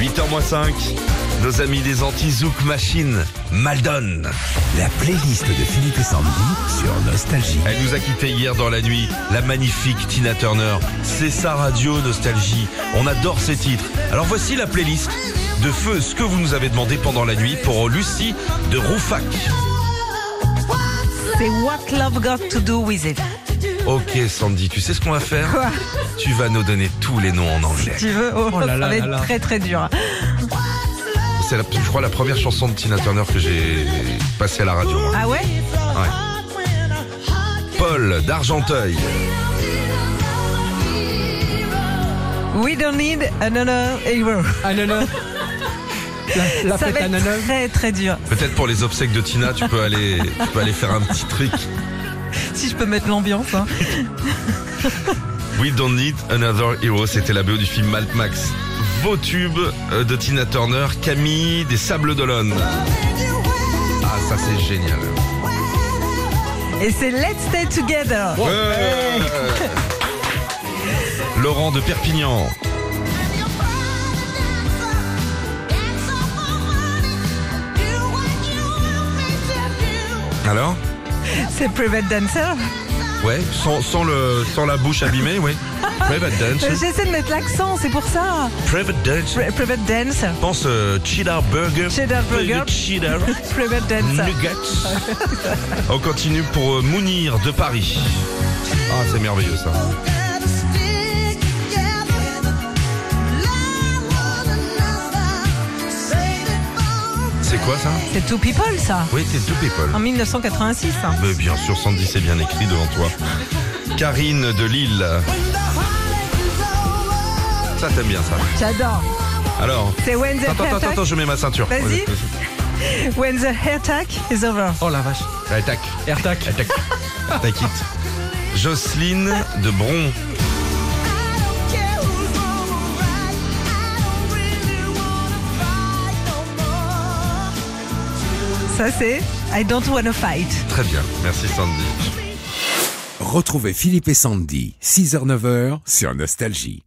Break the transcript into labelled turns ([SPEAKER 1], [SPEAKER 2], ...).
[SPEAKER 1] 8h-5, nos amis des anti-zouk machines, Maldon.
[SPEAKER 2] La playlist de Philippe et Sandy sur Nostalgie.
[SPEAKER 1] Elle nous a quitté hier dans la nuit, la magnifique Tina Turner. C'est sa radio Nostalgie. On adore ses titres. Alors voici la playlist de feu, ce que vous nous avez demandé pendant la nuit pour Lucie de Roufac.
[SPEAKER 3] C'est What Love Got to Do with It.
[SPEAKER 1] Ok Sandy, tu sais ce qu'on va faire
[SPEAKER 3] Quoi
[SPEAKER 1] Tu vas nous donner tous les noms en anglais.
[SPEAKER 3] Tu veux Oh,
[SPEAKER 2] Oh là
[SPEAKER 3] ça
[SPEAKER 2] là
[SPEAKER 3] va
[SPEAKER 2] là
[SPEAKER 3] être
[SPEAKER 2] là.
[SPEAKER 3] très très dur.
[SPEAKER 1] C'est la, je crois la première chanson de Tina Turner que j'ai passée à la radio. moi.
[SPEAKER 3] Ah ouais
[SPEAKER 1] Paul d'Argenteuil.
[SPEAKER 3] We don't need another hero.
[SPEAKER 2] Ananas. La, la
[SPEAKER 3] Ça
[SPEAKER 2] fête
[SPEAKER 3] va
[SPEAKER 2] ananas.
[SPEAKER 3] être très très dur.
[SPEAKER 1] Peut-être pour les obsèques de Tina, tu peux aller, tu peux aller faire un petit truc.
[SPEAKER 3] Si je peux mettre l'ambiance. hein.
[SPEAKER 1] We Don't Need Another Hero, c'était la BO du film Malt Max. Vos tubes euh, de Tina Turner, Camille des Sables d'Olonne. Ah, ça c'est génial.
[SPEAKER 3] Et c'est Let's Stay Together.
[SPEAKER 1] Ouais. Laurent de Perpignan. Alors
[SPEAKER 3] C'est Private Dancer.
[SPEAKER 1] Ouais, sans, sans, le, sans la bouche abîmée, oui. Private
[SPEAKER 3] Euh,
[SPEAKER 1] Dance.
[SPEAKER 3] J'essaie de mettre l'accent, c'est pour ça.
[SPEAKER 1] Private Dance.
[SPEAKER 3] Pri- Private Dancer.
[SPEAKER 1] Pense euh, cheddar burger.
[SPEAKER 3] Cheddar burger.
[SPEAKER 1] Cheddar.
[SPEAKER 3] Private Dancer.
[SPEAKER 1] Nuggets. On continue pour euh, Mounir de Paris. Ah, c'est merveilleux ça. C'est quoi ça
[SPEAKER 3] C'est Two People ça.
[SPEAKER 1] Oui, c'est tout people.
[SPEAKER 3] En 1986. hein.
[SPEAKER 1] Mais bien sûr, Sandy, c'est bien écrit devant toi. Karine de Lille. Ça, t'aimes bien ça.
[SPEAKER 3] J'adore.
[SPEAKER 1] Alors.
[SPEAKER 3] C'est When the
[SPEAKER 1] Attends,
[SPEAKER 3] Hair
[SPEAKER 1] attends,
[SPEAKER 3] Tack-
[SPEAKER 1] attends, je mets ma ceinture.
[SPEAKER 3] Vas-y. When the Hair Tack is over.
[SPEAKER 2] Oh la vache.
[SPEAKER 1] Allez, tac.
[SPEAKER 2] Airtac.
[SPEAKER 1] Tac. Tac it. Jocelyne de Bron.
[SPEAKER 3] Ça c'est I Don't Wanna Fight.
[SPEAKER 1] Très bien. Merci, Sandy.
[SPEAKER 2] Retrouvez Philippe et Sandy, 6h-9h sur Nostalgie.